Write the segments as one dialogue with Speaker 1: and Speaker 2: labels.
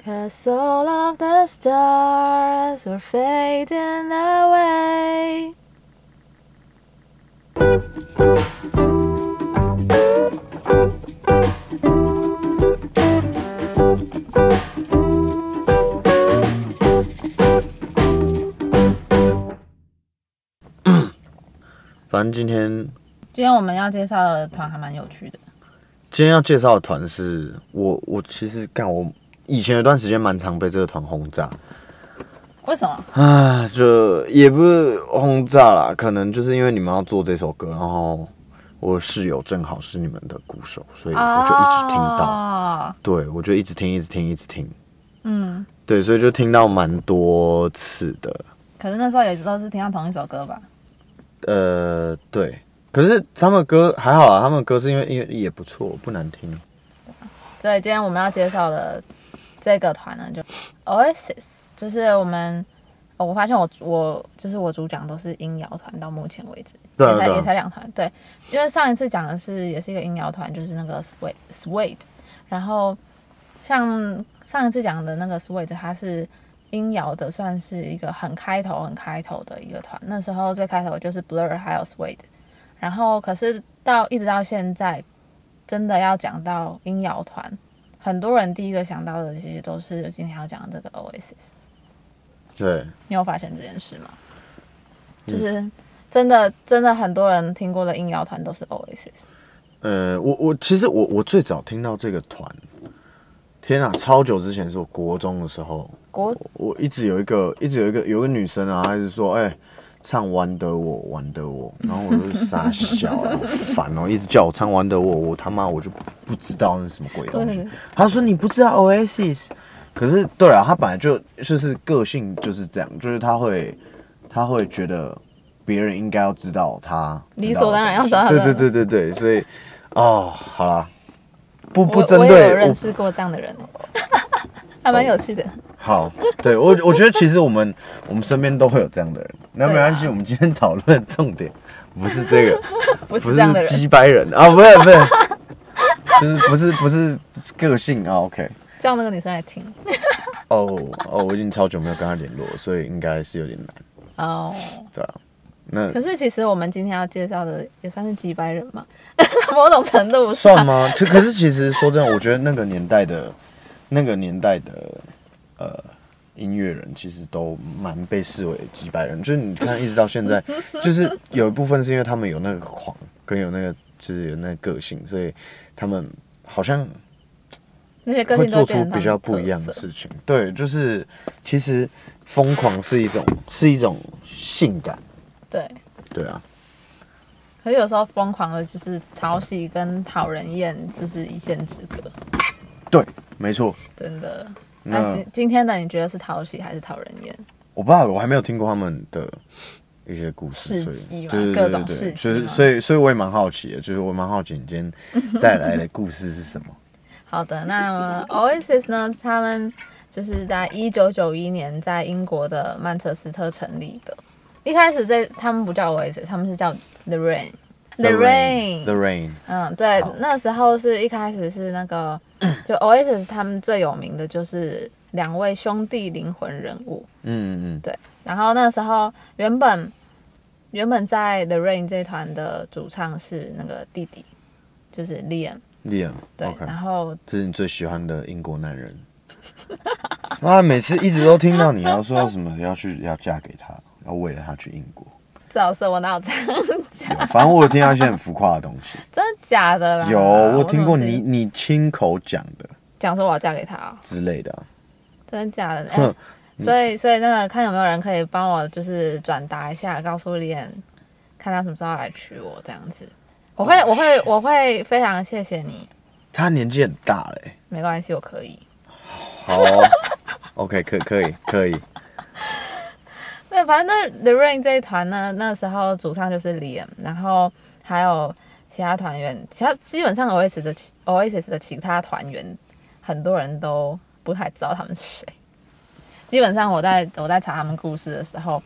Speaker 1: Cause all of the stars are fading away。
Speaker 2: 反正今天
Speaker 3: 今天我们要介绍的团还蛮有趣的，
Speaker 2: 今天要介绍的团是我，我其实干我以前有段时间蛮常被这个团轰炸，
Speaker 3: 为什么？
Speaker 2: 啊，就也不是轰炸啦，可能就是因为你们要做这首歌，然后我室友正好是你们的鼓手，所以我就一直听到，
Speaker 3: 哦
Speaker 2: 对我就一直听，一直听，一直听，嗯，对，所以就听到蛮多次的，
Speaker 3: 可是那时候也都是听到同一首歌吧？
Speaker 2: 呃，对，可是他们歌还好啊，他们歌是因为因为也不错，不难听，
Speaker 3: 所以今天我们要介绍的这个团呢，就 Oasis，就是我们。哦我发现我我就是我主讲都是音摇团，到目前为止
Speaker 2: 对啊
Speaker 3: 也才
Speaker 2: 对啊
Speaker 3: 也才两团，对，因为上一次讲的是也是一个音摇团，就是那个 Sweet Sweet，然后像上一次讲的那个 Sweet，它是音摇的，算是一个很开头很开头的一个团，那时候最开头就是 Blur 还有 Sweet，然后可是到一直到现在，真的要讲到音摇团，很多人第一个想到的其实都是今天要讲的这个 Oasis。
Speaker 2: 对，
Speaker 3: 你有发现这件事吗？
Speaker 2: 嗯
Speaker 3: 就是真的真的很多人听过的音摇团都是 Oasis。
Speaker 2: 呃，我我其实我我最早听到这个团，天啊，超久之前是我国中的时候，
Speaker 3: 国
Speaker 2: 我一直有一个一直有一个有一个女生啊，她一直说哎、唱玩得我玩得我，然后我就傻笑，好烦哦，一直叫我唱玩得我，我他妈我就不知道那是什么鬼东西
Speaker 3: 对。
Speaker 2: 她说你不知道 Oasis，可是对了，她本来就就是个性就是这样，就是她会她会觉得别人应该要知道她
Speaker 3: 理所当然要知道她
Speaker 2: 对
Speaker 3: 的
Speaker 2: 对对对对，所以哦，好啦，不不
Speaker 3: 我
Speaker 2: 针
Speaker 3: 我也有
Speaker 2: 对
Speaker 3: 认识过这样的人， 还蛮有趣的。
Speaker 2: 好，对我我觉得其实我们我们身边都会有这样的人，那没关系，
Speaker 3: 啊
Speaker 2: 我们今天讨论的重点不是这个，
Speaker 3: 不是
Speaker 2: 不是
Speaker 3: 这样的人，
Speaker 2: 鸡掰人啊，不是不是，就是不是不是个性啊，OK，
Speaker 3: 这样那个女生来听
Speaker 2: 哦哦，我已经超久没有跟他联络，所以应该是有点难，
Speaker 3: 哦。
Speaker 2: 对啊，那
Speaker 3: 可是其实我们今天要介绍的也算是几百人嘛， 某种程度上
Speaker 2: 算吗？就可是其实说真的，我觉得那个年代的那个年代的呃音乐人，其实都蛮被视为几百人。就是你看，一直到现在，就是有一部分是因为他们有那个狂，跟有那个就是有那个个性，所以他们好像
Speaker 3: 那些个
Speaker 2: 会
Speaker 3: 性都
Speaker 2: 做
Speaker 3: 变
Speaker 2: 出
Speaker 3: 成他们
Speaker 2: 比较不一样的
Speaker 3: 特色
Speaker 2: 事情。对，就是其实疯狂是一种是一种性感，
Speaker 3: 对，
Speaker 2: 对啊，
Speaker 3: 可是有时候疯狂的就是讨喜跟讨人厌，就是一线之隔，
Speaker 2: 对，没错。
Speaker 3: 真的。
Speaker 2: 那
Speaker 3: 那今今天的你觉得是讨喜还是讨人厌？
Speaker 2: 我不知道，我还没有听过他们的一些故事，
Speaker 3: 事
Speaker 2: 所
Speaker 3: 迹
Speaker 2: 以
Speaker 3: 嘛
Speaker 2: 对对
Speaker 3: 各
Speaker 2: 对
Speaker 3: 种
Speaker 2: 对
Speaker 3: 事迹
Speaker 2: 对，就是
Speaker 3: 嘛
Speaker 2: 所以所以我也蛮好奇的，就是我蛮好奇你今天带来的故事是什么。
Speaker 3: 好的，那么 Oasis 呢？他们就是在一九九一年在英国的曼彻斯特成立的。一开始在他们不叫 Oasis，他们是叫 The Rain。The Rain。
Speaker 2: The Rain，
Speaker 3: 嗯，对
Speaker 2: 好，
Speaker 3: 那时候是一开始是那个，就 Oasis 他们最有名的就是两位兄弟灵魂人物，
Speaker 2: 嗯嗯嗯，
Speaker 3: 然后那时候原本原本在 The Rain 这一团的主唱是那个弟弟，就是 Liam，
Speaker 2: 利昂
Speaker 3: 对
Speaker 2: 嗯
Speaker 3: 啊
Speaker 2: ，OK，
Speaker 3: 然后
Speaker 2: 这是你最喜欢的英国男人。啊，每次一直都听到你要说什么要去要嫁给他，要为了他去英国。
Speaker 3: 至少是我哪有这样
Speaker 2: 有反正我有听到一些很浮夸的东西，
Speaker 3: 真的假的啦？
Speaker 2: 有我听过
Speaker 3: 怎么
Speaker 2: 你
Speaker 3: 自己
Speaker 2: 你亲口讲的
Speaker 3: 讲说我要嫁给他、哦，
Speaker 2: 之类的啊、
Speaker 3: 真的假的？哎
Speaker 2: 哼，
Speaker 3: 所以所以那个看有没有人可以帮我就是转达一下，告诉 Liam，看他什么时候来娶我这样子。我会我会我会非常谢谢你，
Speaker 2: 他年纪很大欸嘞、
Speaker 3: 没关系，我可以。
Speaker 2: 好、哦、，OK，可可以可以，
Speaker 3: 对，反正那 The Rain 这一团呢，那时候主唱就是 Liam，然后还有其他团员，其他基本上 Oasis 的其 Oasis 的其他团员，很多人都不太知道他们是谁。基本上我在我在查他们故事的时候，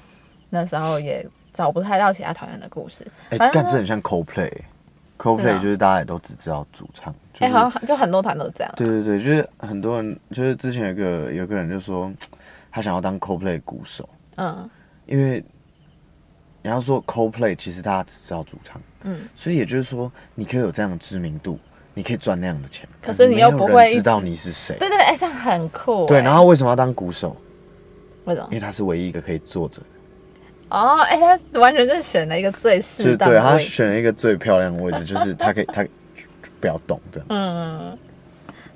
Speaker 3: 那时候也找不太到其他团员的故事。
Speaker 2: 哎、
Speaker 3: 反正
Speaker 2: 干
Speaker 3: 呢
Speaker 2: 这很像 CoPlay， Coldplay
Speaker 3: 啊
Speaker 2: 就是大家也都只知道主唱，就
Speaker 3: 哎、
Speaker 2: 是
Speaker 3: 好像就很多团都这样。
Speaker 2: 对对对，就是很多人，就是之前有一个有个人就说他想要当 Coldplay 鼓手，
Speaker 3: 嗯，
Speaker 2: 因为你要说 Coldplay，其实大家只知道主唱，
Speaker 3: 嗯，
Speaker 2: 所以也就是说，你可以有这样的知名度，你可以赚那样的钱，
Speaker 3: 可
Speaker 2: 但
Speaker 3: 是
Speaker 2: 是
Speaker 3: 你又
Speaker 2: 没有
Speaker 3: 不会
Speaker 2: 人
Speaker 3: 一
Speaker 2: 知
Speaker 3: 直
Speaker 2: 道你是谁。
Speaker 3: 对对对，哎、这样很酷、
Speaker 2: 对，
Speaker 3: 哎
Speaker 2: 然后为什么要当鼓手？
Speaker 3: 为什么
Speaker 2: 因？为他是唯一一个可以坐着的，
Speaker 3: 哦，哎、他完全就选了一个最适
Speaker 2: 是
Speaker 3: 当
Speaker 2: 对
Speaker 3: 的
Speaker 2: 他
Speaker 3: 位置。
Speaker 2: 选了一个最漂亮的位 置，就是他可以他不要动这样。
Speaker 3: 嗯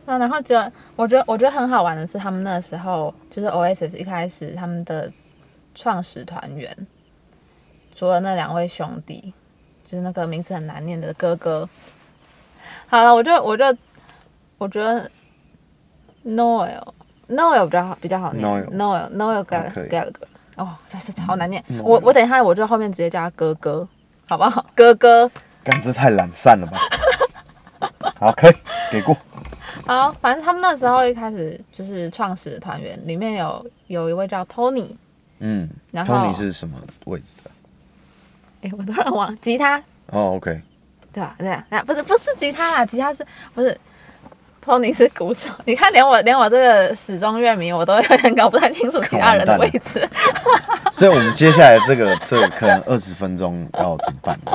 Speaker 3: 那然后就我觉得我觉得很好玩的是，他们那时候就是 Oasis 一开始他们的创始团员，除了那两位兄弟，就是那个名字很难念的哥哥。好了，我就我就我觉得 Noel Noel 比较好比较好念
Speaker 2: Noel
Speaker 3: Noel Noel Gall-
Speaker 2: 可以
Speaker 3: Gallagher 哦，这这这好难念。我我等一下我就后面直接叫他哥哥，好不好？哥哥。
Speaker 2: 干这太懒散了吧？好，可以给过。
Speaker 3: 好，反正他们那时候一开始就是创始的团员，里面有有一位叫 Tony，
Speaker 2: 嗯
Speaker 3: 然后
Speaker 2: ，Tony 是什么位置的？
Speaker 3: 哎、我突然忘吉他，
Speaker 2: 哦，OK，
Speaker 3: 对吧？对啊，那不是不是吉他啦，吉他是不是 Tony 是鼓手？你看，连我连我这个死忠乐迷，我都有点搞不太清楚其他人的位置。
Speaker 2: 所以我们接下来这个这个可能二十分钟要怎么办呢？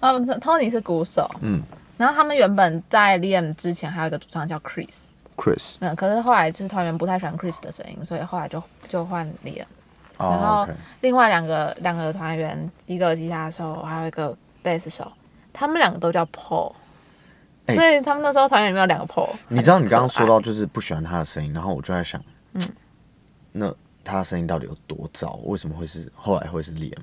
Speaker 3: 哦，Tony 是鼓手，
Speaker 2: 嗯
Speaker 3: 然后他们原本在 Liam 之前还有一个主唱叫 Chris，
Speaker 2: ，Chris，
Speaker 3: 嗯，可是后来就是团员不太喜欢 Chris 的声音，所以后来就就换 Liam。然
Speaker 2: 哦
Speaker 3: 后
Speaker 2: ，OK，
Speaker 3: 另外两个两个团员，一个吉他手，还有一个贝斯手，他们两个都叫 Paul，、
Speaker 2: 哎
Speaker 3: 所以他们那时候团员里面有两个 Paul。
Speaker 2: 你知道你刚刚说到就是不喜欢他的声音，然后我就在想，
Speaker 3: 嗯
Speaker 2: 那他的声音到底有多糟？为什么会是后来会是 Liam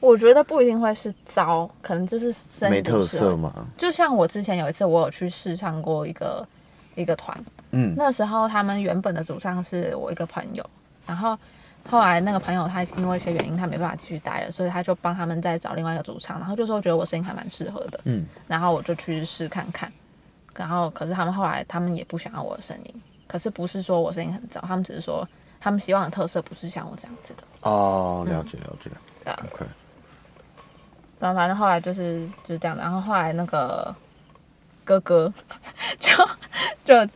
Speaker 3: 我觉得不一定会是糟，可能就是声音
Speaker 2: 没
Speaker 3: 不
Speaker 2: 特
Speaker 3: 适合
Speaker 2: 色吗？
Speaker 3: 就像我之前有一次，我有去试唱过一个一个团，
Speaker 2: 嗯
Speaker 3: 那时候他们原本的主唱是我一个朋友，然后后来那个朋友他因为一些原因他没办法继续待了，所以他就帮他们再找另外一个主唱，然后就说觉得我声音还蛮适合的，
Speaker 2: 嗯，
Speaker 3: 然后我就去试看看，然后可是他们后来他们也不想要我的声音，可是不是说我声音很糟，他们只是说他们希望的特色不是像我这样子的，
Speaker 2: 哦，了解了解
Speaker 3: 对啊
Speaker 2: ，OK，
Speaker 3: 然后反正后来就是就是这样，然后后来那个哥哥就就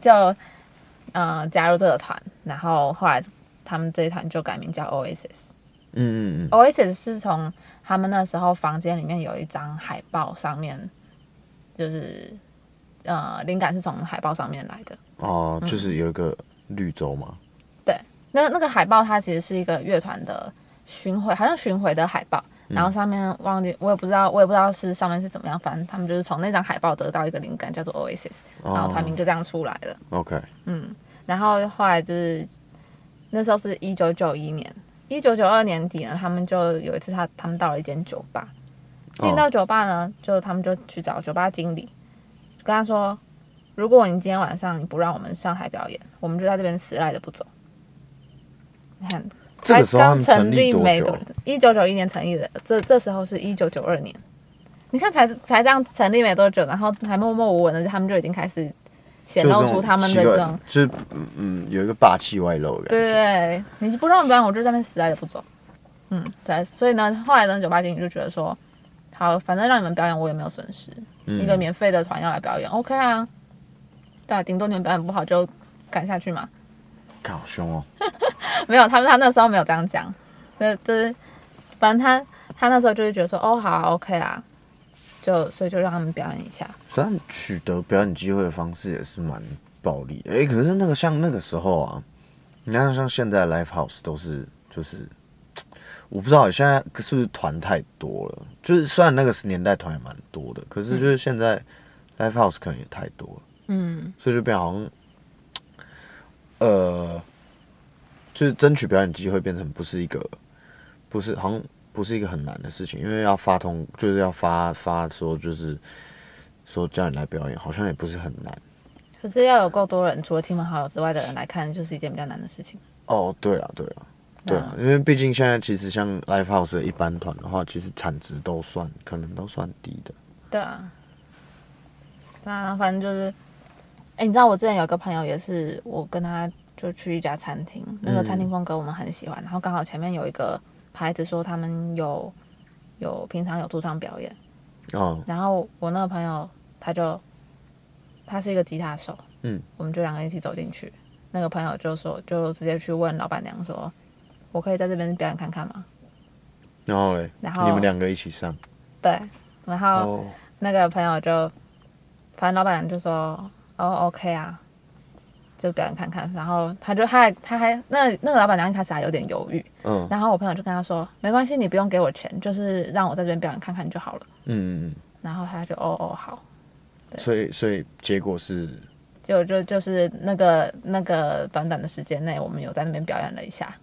Speaker 3: 就嗯、呃加入这个团，然后后来他们这一团就改名叫 Oasis。
Speaker 2: 嗯嗯嗯，
Speaker 3: Oasis 是从他们那时候房间里面有一张海报上面，就是呃灵感是从海报上面来的。
Speaker 2: 哦，
Speaker 3: 嗯
Speaker 2: 就是有一个绿洲嘛，
Speaker 3: 对，那那个海报它其实是一个乐团的巡回，好像巡回的海报，然后上面忘记我也不知道，我也不知道是上面是怎么样，反正他们就是从那张海报得到一个灵感，叫做 Oasis，然后团名就这样出来了。
Speaker 2: 哦 OK，
Speaker 3: 然后后来就是那时候是一九九一年，一九九二年底呢，他们就有一次他他们到了一间酒吧，进到酒吧呢，就他们就去找酒吧经理，就跟他说，如果你今天晚上你不让我们上台表演，我们就在这边死赖着不走。你看，
Speaker 2: 这个时候他
Speaker 3: 刚
Speaker 2: 们
Speaker 3: 成
Speaker 2: 成立多
Speaker 3: 没
Speaker 2: 久？？
Speaker 3: 一九九一年成立的，这这时候是一九九二年。你看才才这样成立没多久，然后还默默无闻的，他们就已经开始显
Speaker 2: 就
Speaker 3: 露
Speaker 2: 这
Speaker 3: 出
Speaker 2: 种
Speaker 3: 他们
Speaker 2: 奇
Speaker 3: 的这
Speaker 2: 怪
Speaker 3: 种
Speaker 2: 就是嗯嗯，有一个霸气外露的感
Speaker 3: 对
Speaker 2: 觉。
Speaker 3: 对对，你不让我表演，我就在那边死赖着不走。嗯，对，所以呢，后来呢，酒吧经理就觉得说，好，反正让你们表演，我也没有损失，
Speaker 2: 嗯
Speaker 3: 一个免费的团要来表演，OK 啊，对啊，顶多你们表演不好就赶下去嘛。
Speaker 2: 看好凶哦。
Speaker 3: 没有，他们他那时候没有这样讲，那就是反正他他那时候就是觉得说，哦，好啊，OK 啊，就所以就让他们表演一下。
Speaker 2: 虽然取得表演机会的方式也是蛮暴力的，哎、可是那个像那个时候啊，你看像现在 live house 都是就是，我不知道现在是不是团太多了，就是虽然那个年代团也蛮多的，可是就是现在 live house 可能也太多了，
Speaker 3: 嗯，
Speaker 2: 所以就变好像，呃，就是争取表演机会变成不是一个，不是好像不是一个很难的事情，因为要发通就是要发发说就是说叫你来表演，好像也不是很难。
Speaker 3: 可是要有够多人，除了亲朋好友之外的人来看，就是一件比较难的事情。
Speaker 2: 哦，对了对了。对啊，因为毕竟现在其实像 live house 的一般团的话，其实产值都算可能都算低的。
Speaker 3: 对啊，那反正就是，哎、你知道我之前有一个朋友也是，我跟他就去一家餐厅，那个餐厅风格我们很喜欢，然后刚好前面有一个牌子说他们有有平常有驻唱表演，
Speaker 2: 哦，
Speaker 3: 然后我那个朋友他就他是一个吉他手，
Speaker 2: 嗯，
Speaker 3: 我们就两个一起走进去。那个朋友就说，就直接去问老板娘说：“我可以在这边表演看看吗
Speaker 2: 然后嘞，
Speaker 3: 然后
Speaker 2: 你们两个一起上，？”
Speaker 3: 对，然后
Speaker 2: 哦，
Speaker 3: 那个朋友就，反正老板娘就说：“哦，OK 啊，就表演看看。”然后他就他还他还那那个老板娘一开始还有点犹豫，
Speaker 2: 嗯
Speaker 3: 然后我朋友就跟他说：“没关系，你不用给我钱，就是让我在这边表演看看就好了。
Speaker 2: 嗯嗯”
Speaker 3: 然后他就哦哦好，
Speaker 2: 嗯，所以所以结果是，
Speaker 3: 就就就是那个那个短短的时间内，我们有在那边表演了一下，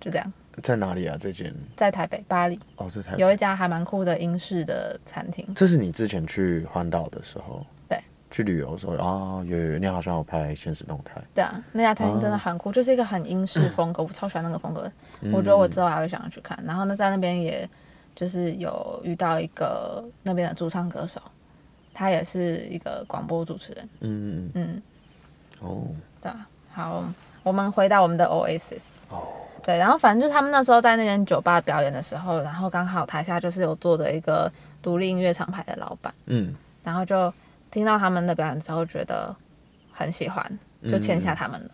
Speaker 3: 就这样，
Speaker 2: 在哪里啊？这间
Speaker 3: 在台北巴黎
Speaker 2: 哦，这台
Speaker 3: 有一家还蛮酷的英式的餐厅，
Speaker 2: 这是你之前去环岛的时候，
Speaker 3: 对，
Speaker 2: 去旅游的时候啊、有有有，你好像有拍现实动态，
Speaker 3: 对啊，那家餐厅真的很酷，就是一个很英 式风格，我超喜欢那个风格，我觉得我之后还会想要去看。然后呢，在那边也就是有遇到一个那边的驻唱歌手，他也是一个广播主持人，
Speaker 2: 嗯嗯嗯，
Speaker 3: 嗯，
Speaker 2: 哦，
Speaker 3: 对啊，好，我们回到我们的 Oasis。
Speaker 2: 哦
Speaker 3: 对，然后反正就是他们那时候在那间酒吧表演的时候，然后刚好台下就是有坐着一个独立音乐厂牌的老板，
Speaker 2: 嗯
Speaker 3: 然后就听到他们的表演之后，觉得很喜欢，就签下他们了。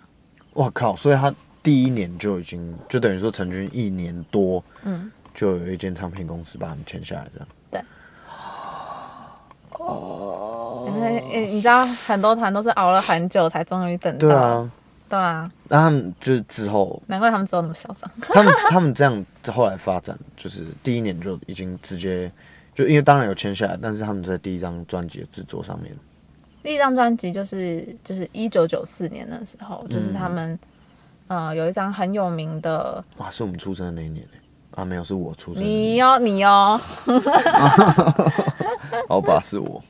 Speaker 2: 哇靠！所以他第一年就已经，就等于说陈军一年多，
Speaker 3: 嗯，
Speaker 2: 就有一间唱片公司把他们签下来，这样。
Speaker 3: 因为因为你知道很多团都是熬了很久才终于等到，
Speaker 2: 对，啊，
Speaker 3: 对啊，
Speaker 2: 那他们就是之后，
Speaker 3: 难怪他们只有那么嚣张。
Speaker 2: 他们 他们这样后来发展，就是第一年就已经直接，就因为当然有签下来，但是他们在第一张专辑的制作上面，
Speaker 3: 第一张专辑就是就是一九九四年的时候，就是他们、呃有一张很有名的，
Speaker 2: 哇，是我们出生的那一年欸啊，没有，是我出生的那一年
Speaker 3: 你哦你哦，
Speaker 2: 好吧，哦是我。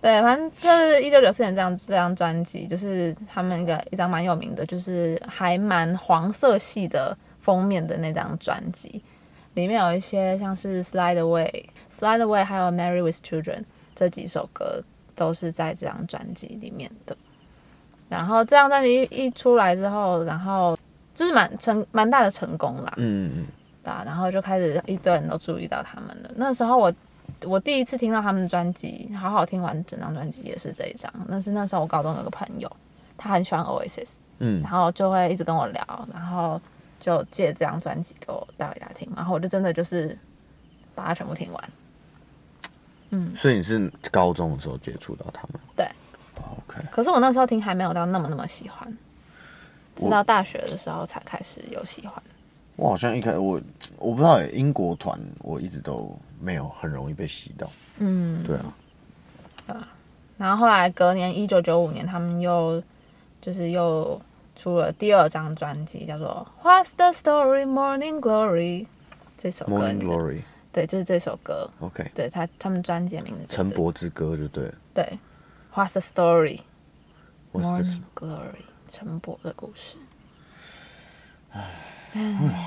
Speaker 3: 对，反正就是一九九四年这张这张专辑，就是他们一个一张蛮有名的，就是还蛮黄色系的封面的那张专辑，里面有一些像是《Slide Away》、《Slide Away》还有《Marry with Children》这几首歌都是在这张专辑里面的。然后这张专辑一一出来之后，然后就是蛮成蛮大的成功啦，
Speaker 2: 嗯嗯
Speaker 3: 对啊，然后就开始一堆人都注意到他们了。那时候我我第一次听到他们的专辑，好好听完整张专辑也是这一张。那是那时候我高中有个朋友，他很喜欢 Oasis，
Speaker 2: 嗯
Speaker 3: 然后就会一直跟我聊，然后就借这张专辑给我带回家听，然后我就真的就是把它全部听完。
Speaker 2: 嗯，所以你是高中的时候接触到他们？哦
Speaker 3: 对。
Speaker 2: OK，
Speaker 3: 可是我那时候听还没有到那么那么喜欢，直
Speaker 2: 我
Speaker 3: 到大学的时候才开始有喜欢。
Speaker 2: 我好像一开我我不知道欸英国团，我一直都没有很容易被洗到。嗯，对啊，
Speaker 3: 然后后来隔年一九九五年，他们又就是又出了第二张专辑，叫做《What's the Story Morning Glory》这首歌
Speaker 2: Morning
Speaker 3: 你知
Speaker 2: Glory。
Speaker 3: 对，就是这首歌，
Speaker 2: OK，
Speaker 3: 对他他们专辑的名字、就是、
Speaker 2: 陈柏之歌就对了。
Speaker 3: 对，《What's the Story
Speaker 2: 我是
Speaker 3: Morning
Speaker 2: 是
Speaker 3: Glory》陈柏的故事，
Speaker 2: 好好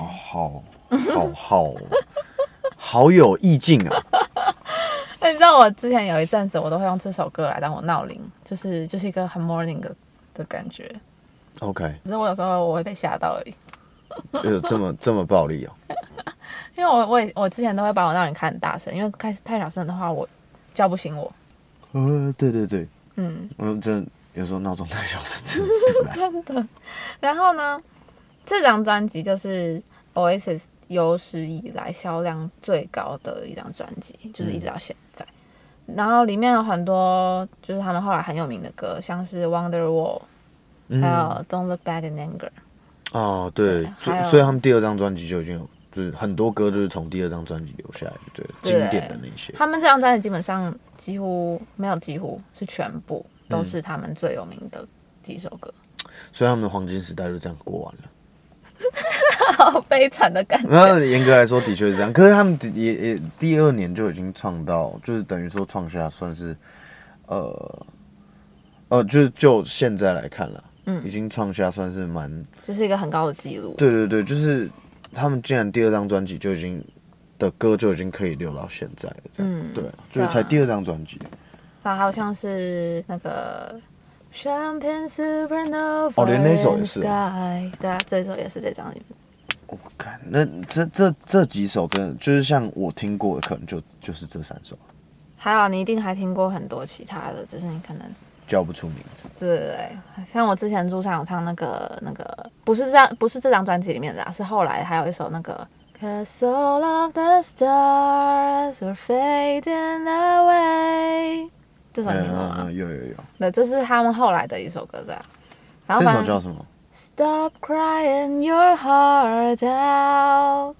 Speaker 2: 好好哦 好有意境啊！
Speaker 3: 那你知道我之前有一阵子，我都会用这首歌来当我闹铃，就是就是一个很 morning 的的感觉。
Speaker 2: OK，
Speaker 3: 只是我有时候我会被吓到而已，
Speaker 2: 有这么这么暴力哦。
Speaker 3: 因为我我也我之前都会把我闹铃开很大声，因为开太小声的话我叫不醒我。
Speaker 2: 呃，对对对，
Speaker 3: 嗯，
Speaker 2: 我真的有时候闹钟太小 声，真的起不
Speaker 3: 真
Speaker 2: 来。
Speaker 3: 的。然后呢，这张专辑就是 Oasis 有史以来销量最高的一张专辑，就是一直到现在。然后里面有很多就是他们后来很有名的歌，像是 Wonderwall，还有 Don't Look Back in Anger。
Speaker 2: 哦，对，就
Speaker 3: 还有
Speaker 2: 所以他们第二张专辑就已经有，就是很多歌就是从第二张专辑留下来的，对，经典的那些。
Speaker 3: 他们这张专辑基本上几乎没有几乎是全部都是他们最有名的几首歌，
Speaker 2: 所以他们的黄金时代就这样过完了。
Speaker 3: 好悲惨的感觉。
Speaker 2: 然后严格来说的确是这样，可是他们也也第二年就已经创到，就是等于说创下算是，呃，呃，就是就现在来看了，嗯，已经创下算是蛮，
Speaker 3: 就是一个很高的记录。
Speaker 2: 对对对，就是他们竟然第二张专辑就已经的歌就已经可以留到现在了，这样，对啊，就是才第二张专辑，
Speaker 3: 然后还有像是那个 Champagne Supernova，
Speaker 2: 哦连那首也是
Speaker 3: in the Sky，对啊，这首也是这张里面。
Speaker 2: 我看那这这这几首真的就是像我听过的，可能就就是这三首。
Speaker 3: 还有你一定还听过很多其他的，只是你可能
Speaker 2: 叫不出名字。
Speaker 3: 对，像我之前驻唱有唱那个那个，不是这张不是这张专辑里面的、啊，是后来还有一首那个
Speaker 1: Cause all of the stars are fading away。
Speaker 3: 这首你啊听过吗？
Speaker 2: 嗯，有有有。
Speaker 3: 对，这是他们后来的一首歌，对啊。然后
Speaker 2: 这
Speaker 3: 反
Speaker 2: 首
Speaker 3: 正
Speaker 2: 叫什么？
Speaker 1: Stop crying your heart out。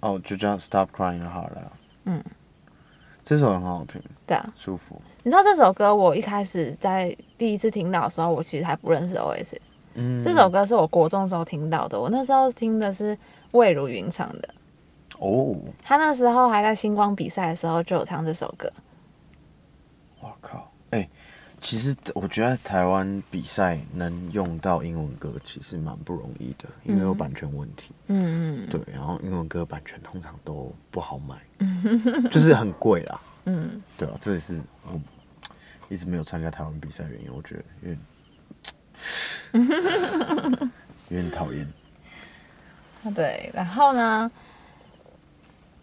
Speaker 2: 哦，就叫 Stop Crying 就好了。
Speaker 3: 嗯，
Speaker 2: 这首很好听，
Speaker 3: 对啊，
Speaker 2: 舒服。
Speaker 3: 你知道这首歌我一开始在第一次听到的时候，我其实还不认识 Oasis。
Speaker 2: 嗯，
Speaker 3: 这首歌是我国中的时候听到的，我那时候听的是魏如云唱的，
Speaker 2: 哦，
Speaker 3: 她那时候还在星光比赛的时候就有唱这首歌。
Speaker 2: 我靠，哎、其实我觉得台湾比赛能用到英文歌其实蛮不容易的，因为有版权问题。
Speaker 3: 嗯嗯，
Speaker 2: 对，然后英文歌版权通常都不好买，就是很贵啦。嗯，对啊，这也是我一直没有参加台湾比赛的原因，我觉得有点 有点讨厌。
Speaker 3: 对，然后呢？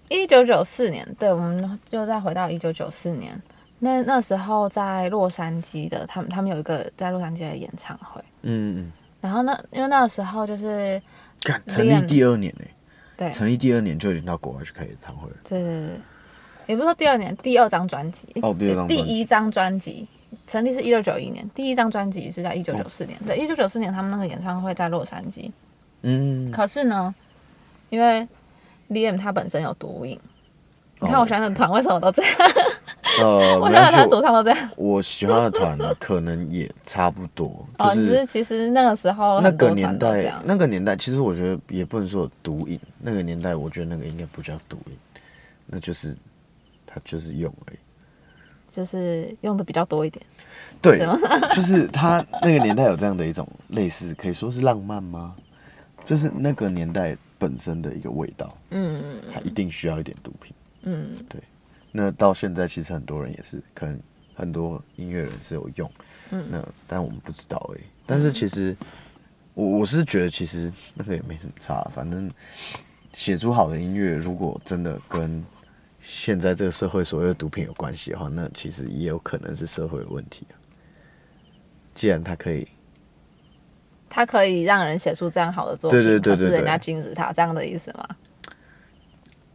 Speaker 3: 一九九四年，对，我们就再回到一九九四年，那那时候在洛杉矶的，他们他们有一个在洛杉矶的演唱会，
Speaker 2: 嗯嗯，
Speaker 3: 然后呢，因为那时候就是
Speaker 2: 看成立第二年呢、欸
Speaker 3: 对
Speaker 2: 成立第二年就已经到国外去开演唱会了。
Speaker 3: 对对对，对也不是说第二年，第二张专辑
Speaker 2: 哦第二张专辑
Speaker 3: 一张专辑成立是一六九一年，第一张专辑是在一九九四年，对，一九九四年他们那个演唱会在洛杉矶，
Speaker 2: 嗯，
Speaker 3: 可是呢，因为 Liam 他本身有毒瘾，
Speaker 2: 哦
Speaker 3: 你看我喜欢的团为什么都这样，
Speaker 2: 呃，
Speaker 3: 我
Speaker 2: 没
Speaker 3: 喜欢的
Speaker 2: 关系
Speaker 3: 团主唱都这样，
Speaker 2: 我喜欢的团可能也差不多，就
Speaker 3: 哦，只是其实那个时候
Speaker 2: 那
Speaker 3: 很多
Speaker 2: 个
Speaker 3: 团
Speaker 2: 年
Speaker 3: 都这
Speaker 2: 代
Speaker 3: 样，，
Speaker 2: 那个年代其实我觉得也不能说有毒瘾，那个年代我觉得那个应该不叫毒瘾，那就是他就是用而已。
Speaker 3: 就是用的比较多一点，
Speaker 2: 对， 就是他那个年代有这样的一种类似，可以说是浪漫吗？就是那个年代本身的一个味道，
Speaker 3: 嗯
Speaker 2: 它一定需要一点毒品。
Speaker 3: 嗯，
Speaker 2: 对，那到现在其实很多人也是，可能很多音乐人是有用，嗯，那但我们不知道哎、但是其实我我是觉得其实那个也没什么差，反正写出好的音乐，如果真的跟现在这个社会所谓的毒品有关系的话，那其实也有可能是社会有问题啊。既然它可以，
Speaker 3: 他可以让人写出这样好的作品，
Speaker 2: 对对对对
Speaker 3: 可是人
Speaker 2: 对
Speaker 3: 家禁止他这样的意思吗？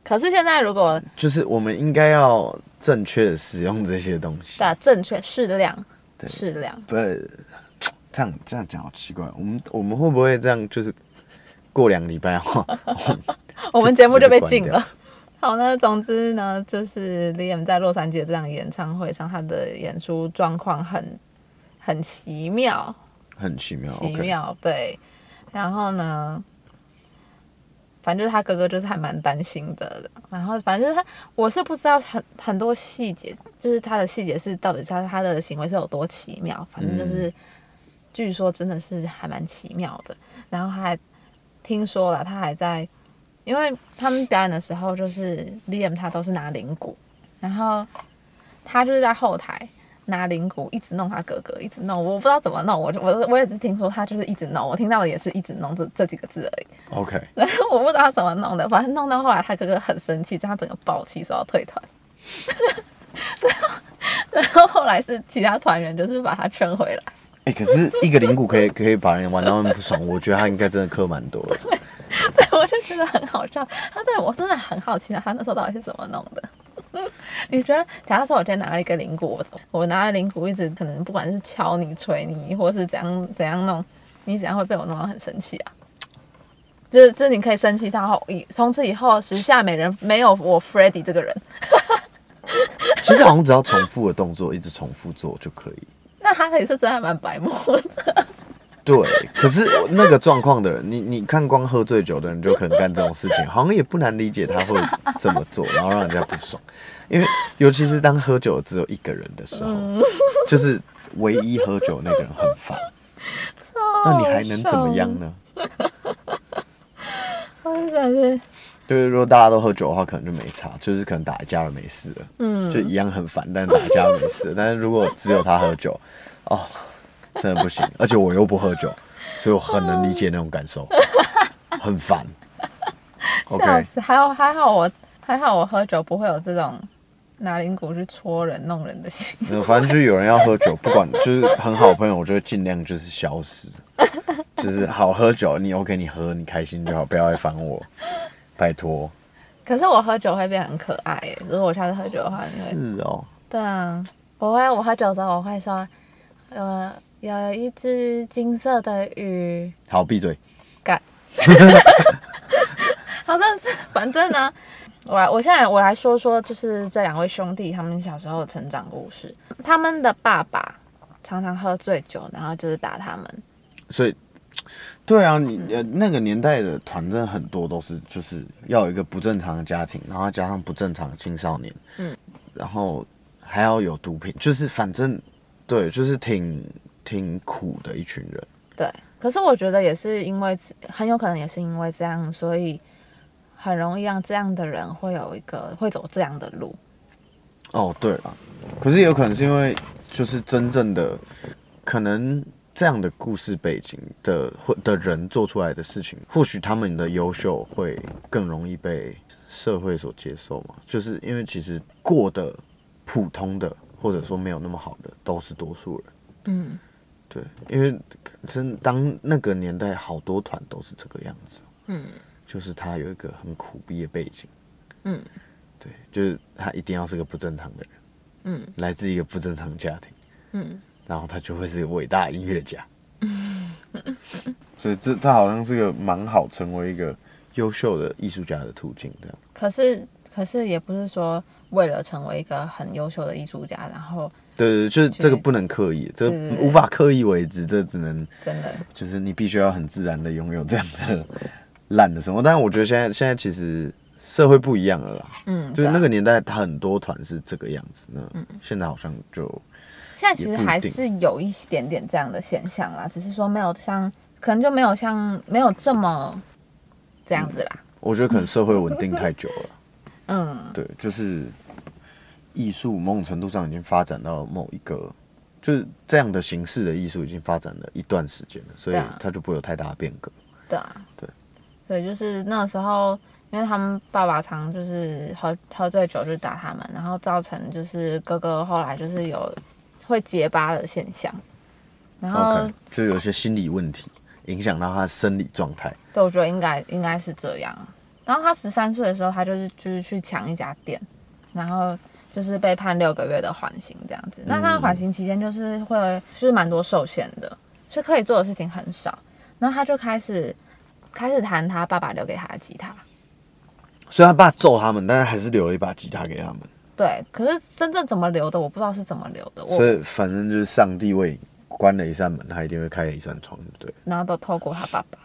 Speaker 3: 可是现在如果
Speaker 2: 就是我们应该要正确的使用这些东西。
Speaker 3: 打正确适量，
Speaker 2: 对
Speaker 3: 适量，
Speaker 2: 不，这样这样讲好奇怪。我们我们会不会这样？就是过两个礼拜的话，
Speaker 3: 我们节目就被
Speaker 2: 直接
Speaker 3: 禁
Speaker 2: 关
Speaker 3: 了
Speaker 2: 掉。
Speaker 3: 好，那总之呢，就是 Liam 在洛杉矶的这场演唱会上，他的演出状况很很奇妙，
Speaker 2: 很奇妙，
Speaker 3: 奇妙对。然后呢，反正就是他哥哥就是还蛮担心的。然后反正他，我是不知道很很多细节，就是他的细节是到底是他他的行为是有多奇妙。反正就是，据说真的是还蛮奇妙的。然后还听说了，他还在，因为他们表演的时候，就是 Liam 他都是拿铃鼓，然后他就是在后台。拿铃鼓一直弄他哥哥，一直弄，我不知道怎么弄，我就我我也是听说他就是一直弄，我听到的也是一直弄这这几个字而已，
Speaker 2: OK OK，
Speaker 3: 我不知道他怎么弄的，反正弄到后来他哥哥很生气，这样整个暴气说要退团， 然后然后后来是其他团员就是把他圈回来，
Speaker 2: 哎、可是一个铃鼓可以可以把人玩到那么不爽，我觉得他应该真的磕蛮多的。
Speaker 3: 我就觉得很好笑，他对我真的很好奇，他那时候到底是怎么弄的？ 你觉得，假如说我今天拿了一个铃鼓，我我拿了铃鼓一直可能不管是敲你、捶你，或是怎样怎样弄，你怎样会被我弄到很生气啊？就是就是你可以生气到后，以从此以后时下美人没有我 f r e d d y 这个人，
Speaker 2: 其实好像只要重复的动作一直重复做就可以。
Speaker 3: 那他也是真的还蛮白目的。
Speaker 2: 对，可是那个状况的人，你你看光喝醉酒的人就可能干这种事情，好像也不难理解他会这么做，然后让人家不爽。因为尤其是当喝酒只有一个人的时候，就是唯一喝酒那个人很烦，那你还能怎么样呢？
Speaker 3: 我就真的是，
Speaker 2: 就是如果大家都喝酒的话，可能就没差，就是可能打一架了没事了，嗯，就一样很烦，但是打一架了没事了。但是如果只有他喝酒，哦，真的不行，而且我又不喝酒，所以我很能理解那种感受，很烦。
Speaker 3: 笑
Speaker 2: OK，
Speaker 3: 死！还好还好我还好我喝酒不会有这种拿铃鼓去戳人、弄人的心。
Speaker 2: 呃反正就是有人要喝酒，不管就是很好的朋友，我就会尽量就是消失，就是好喝酒，你 OK 你喝，你开心就好，不要来烦我，拜托。
Speaker 3: 可是我喝酒会变很可爱耶，如果我下次喝酒的话，你会
Speaker 2: 是哦，
Speaker 3: 对啊，我会我喝酒的时候我会说，呃，有一只金色的鱼，
Speaker 2: 好闭嘴。
Speaker 3: 干。好，但是反正呢， 我来，我现在我来说说，就是这两位兄弟他们小时候的成长故事。他们的爸爸常常喝醉酒，然后就是打他们。
Speaker 2: 所以，对啊，你呃那个年代的团真的很多都是就是要有一个不正常的家庭，然后加上不正常的青少年，嗯，然后还要有毒品，就是反正对，就是挺挺苦的一群人。
Speaker 3: 对，可是我觉得也是因为此，很有可能也是因为这样，所以很容易让这样的人会有一个会走这样的路。
Speaker 2: 哦，对了，可是有可能是因为就是真正的可能这样的故事背景的或的人做出来的事情，或许他们的优秀会更容易被社会所接受嘛？就是因为其实过得普通的，或者说没有那么好的，都是多数人。
Speaker 3: 嗯，
Speaker 2: 对，因为真当那个年代，好多团都是这个样子。
Speaker 3: 嗯，
Speaker 2: 就是他有一个很苦逼的背景。
Speaker 3: 嗯，
Speaker 2: 对，就是他一定要是个不正常的人。
Speaker 3: 嗯，
Speaker 2: 来自一个不正常的家庭。
Speaker 3: 嗯，
Speaker 2: 然后他就会是个伟大的音 乐家。所以这这好像是个蛮好成为一个优秀的艺术家的途径，这样。
Speaker 3: 可是可是也不是说为了成为一个很优秀的艺术家，然后
Speaker 2: 对对，对就是这个不能刻意，这
Speaker 3: 对对对
Speaker 2: 无法刻意为之，这只能
Speaker 3: 真的
Speaker 2: 就是你必须要很自然的拥有这样的烂的生活。但是我觉得现在现在其实社会不一样了啦，
Speaker 3: 嗯，
Speaker 2: 就
Speaker 3: 对
Speaker 2: 是
Speaker 3: 嗯
Speaker 2: 那个年代，他很多团是这个样子，那现在好像就
Speaker 3: 现在其实
Speaker 2: 也不一
Speaker 3: 还
Speaker 2: 定
Speaker 3: 是有一点点这样的现象啦，只是说没有像，可能就没有像没有这么这样子啦。
Speaker 2: 我觉得可能社会稳定太久了。
Speaker 3: 嗯，
Speaker 2: 对，就是艺术某种程度上已经发展到某一个，就是这样的形式的艺术已经发展了一段时间了，所以
Speaker 3: 对啊
Speaker 2: 它就不会有太大的变革。
Speaker 3: 对啊，
Speaker 2: 对，
Speaker 3: 对，就是那时候，因为他们爸爸常就是喝喝醉酒就打他们，然后造成就是哥哥后来就是有会结巴的现象，然后
Speaker 2: OK，就有一些心理问题影响到他的生理状态。
Speaker 3: 对，我觉得应该应该是这样。然后他十三岁的时候，他就是就是去抢一家店，然后就是被判六个月的缓刑这样子。那他的
Speaker 2: 嗯
Speaker 3: 缓刑期间就是会就是蛮多受限的，所以可以做的事情很少。然后他就开始开始弹他爸爸留给他的吉他，
Speaker 2: 虽然他爸揍他们，但是还是留了一把吉他给他们，
Speaker 3: 对。可是真正怎么留的，我不知道是怎么留的。
Speaker 2: 所
Speaker 3: 我
Speaker 2: 以反正就是上帝为你关了一扇门，他一定会开了一扇窗，对不对？
Speaker 3: 然后都透过他爸爸，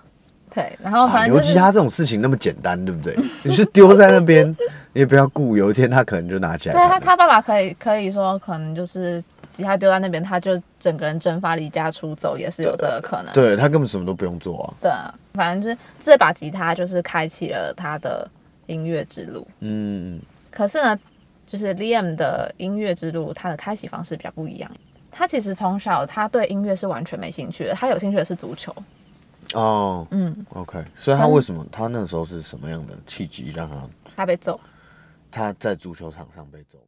Speaker 3: 对。然后
Speaker 2: 啊，
Speaker 3: 哦反
Speaker 2: 留
Speaker 3: 正就
Speaker 2: 吉
Speaker 3: 是、
Speaker 2: 他这种事情那么简单，对不对？你就丢在 那边，你也不要顾，有一天他可能就拿起来
Speaker 3: 对啊
Speaker 2: 弹了。
Speaker 3: 他他爸爸可以可以说可能就是吉他丢在那边，他就整个人蒸发离家出走，也是有这个可能。
Speaker 2: 对他根本什么都不用做啊。
Speaker 3: 对，反正就是这把吉他就是开启了他的音乐之路。
Speaker 2: 嗯，
Speaker 3: 可是呢，就是 Liam 的音乐之路，他的开启方式比较不一样。他其实从小他对音乐是完全没兴趣的，他有兴趣的是足球。
Speaker 2: 哦，
Speaker 3: 嗯，
Speaker 2: OK，所以他为什么他那时候是什么样的契机让他
Speaker 3: 他被揍。
Speaker 2: 他在足球场上被揍？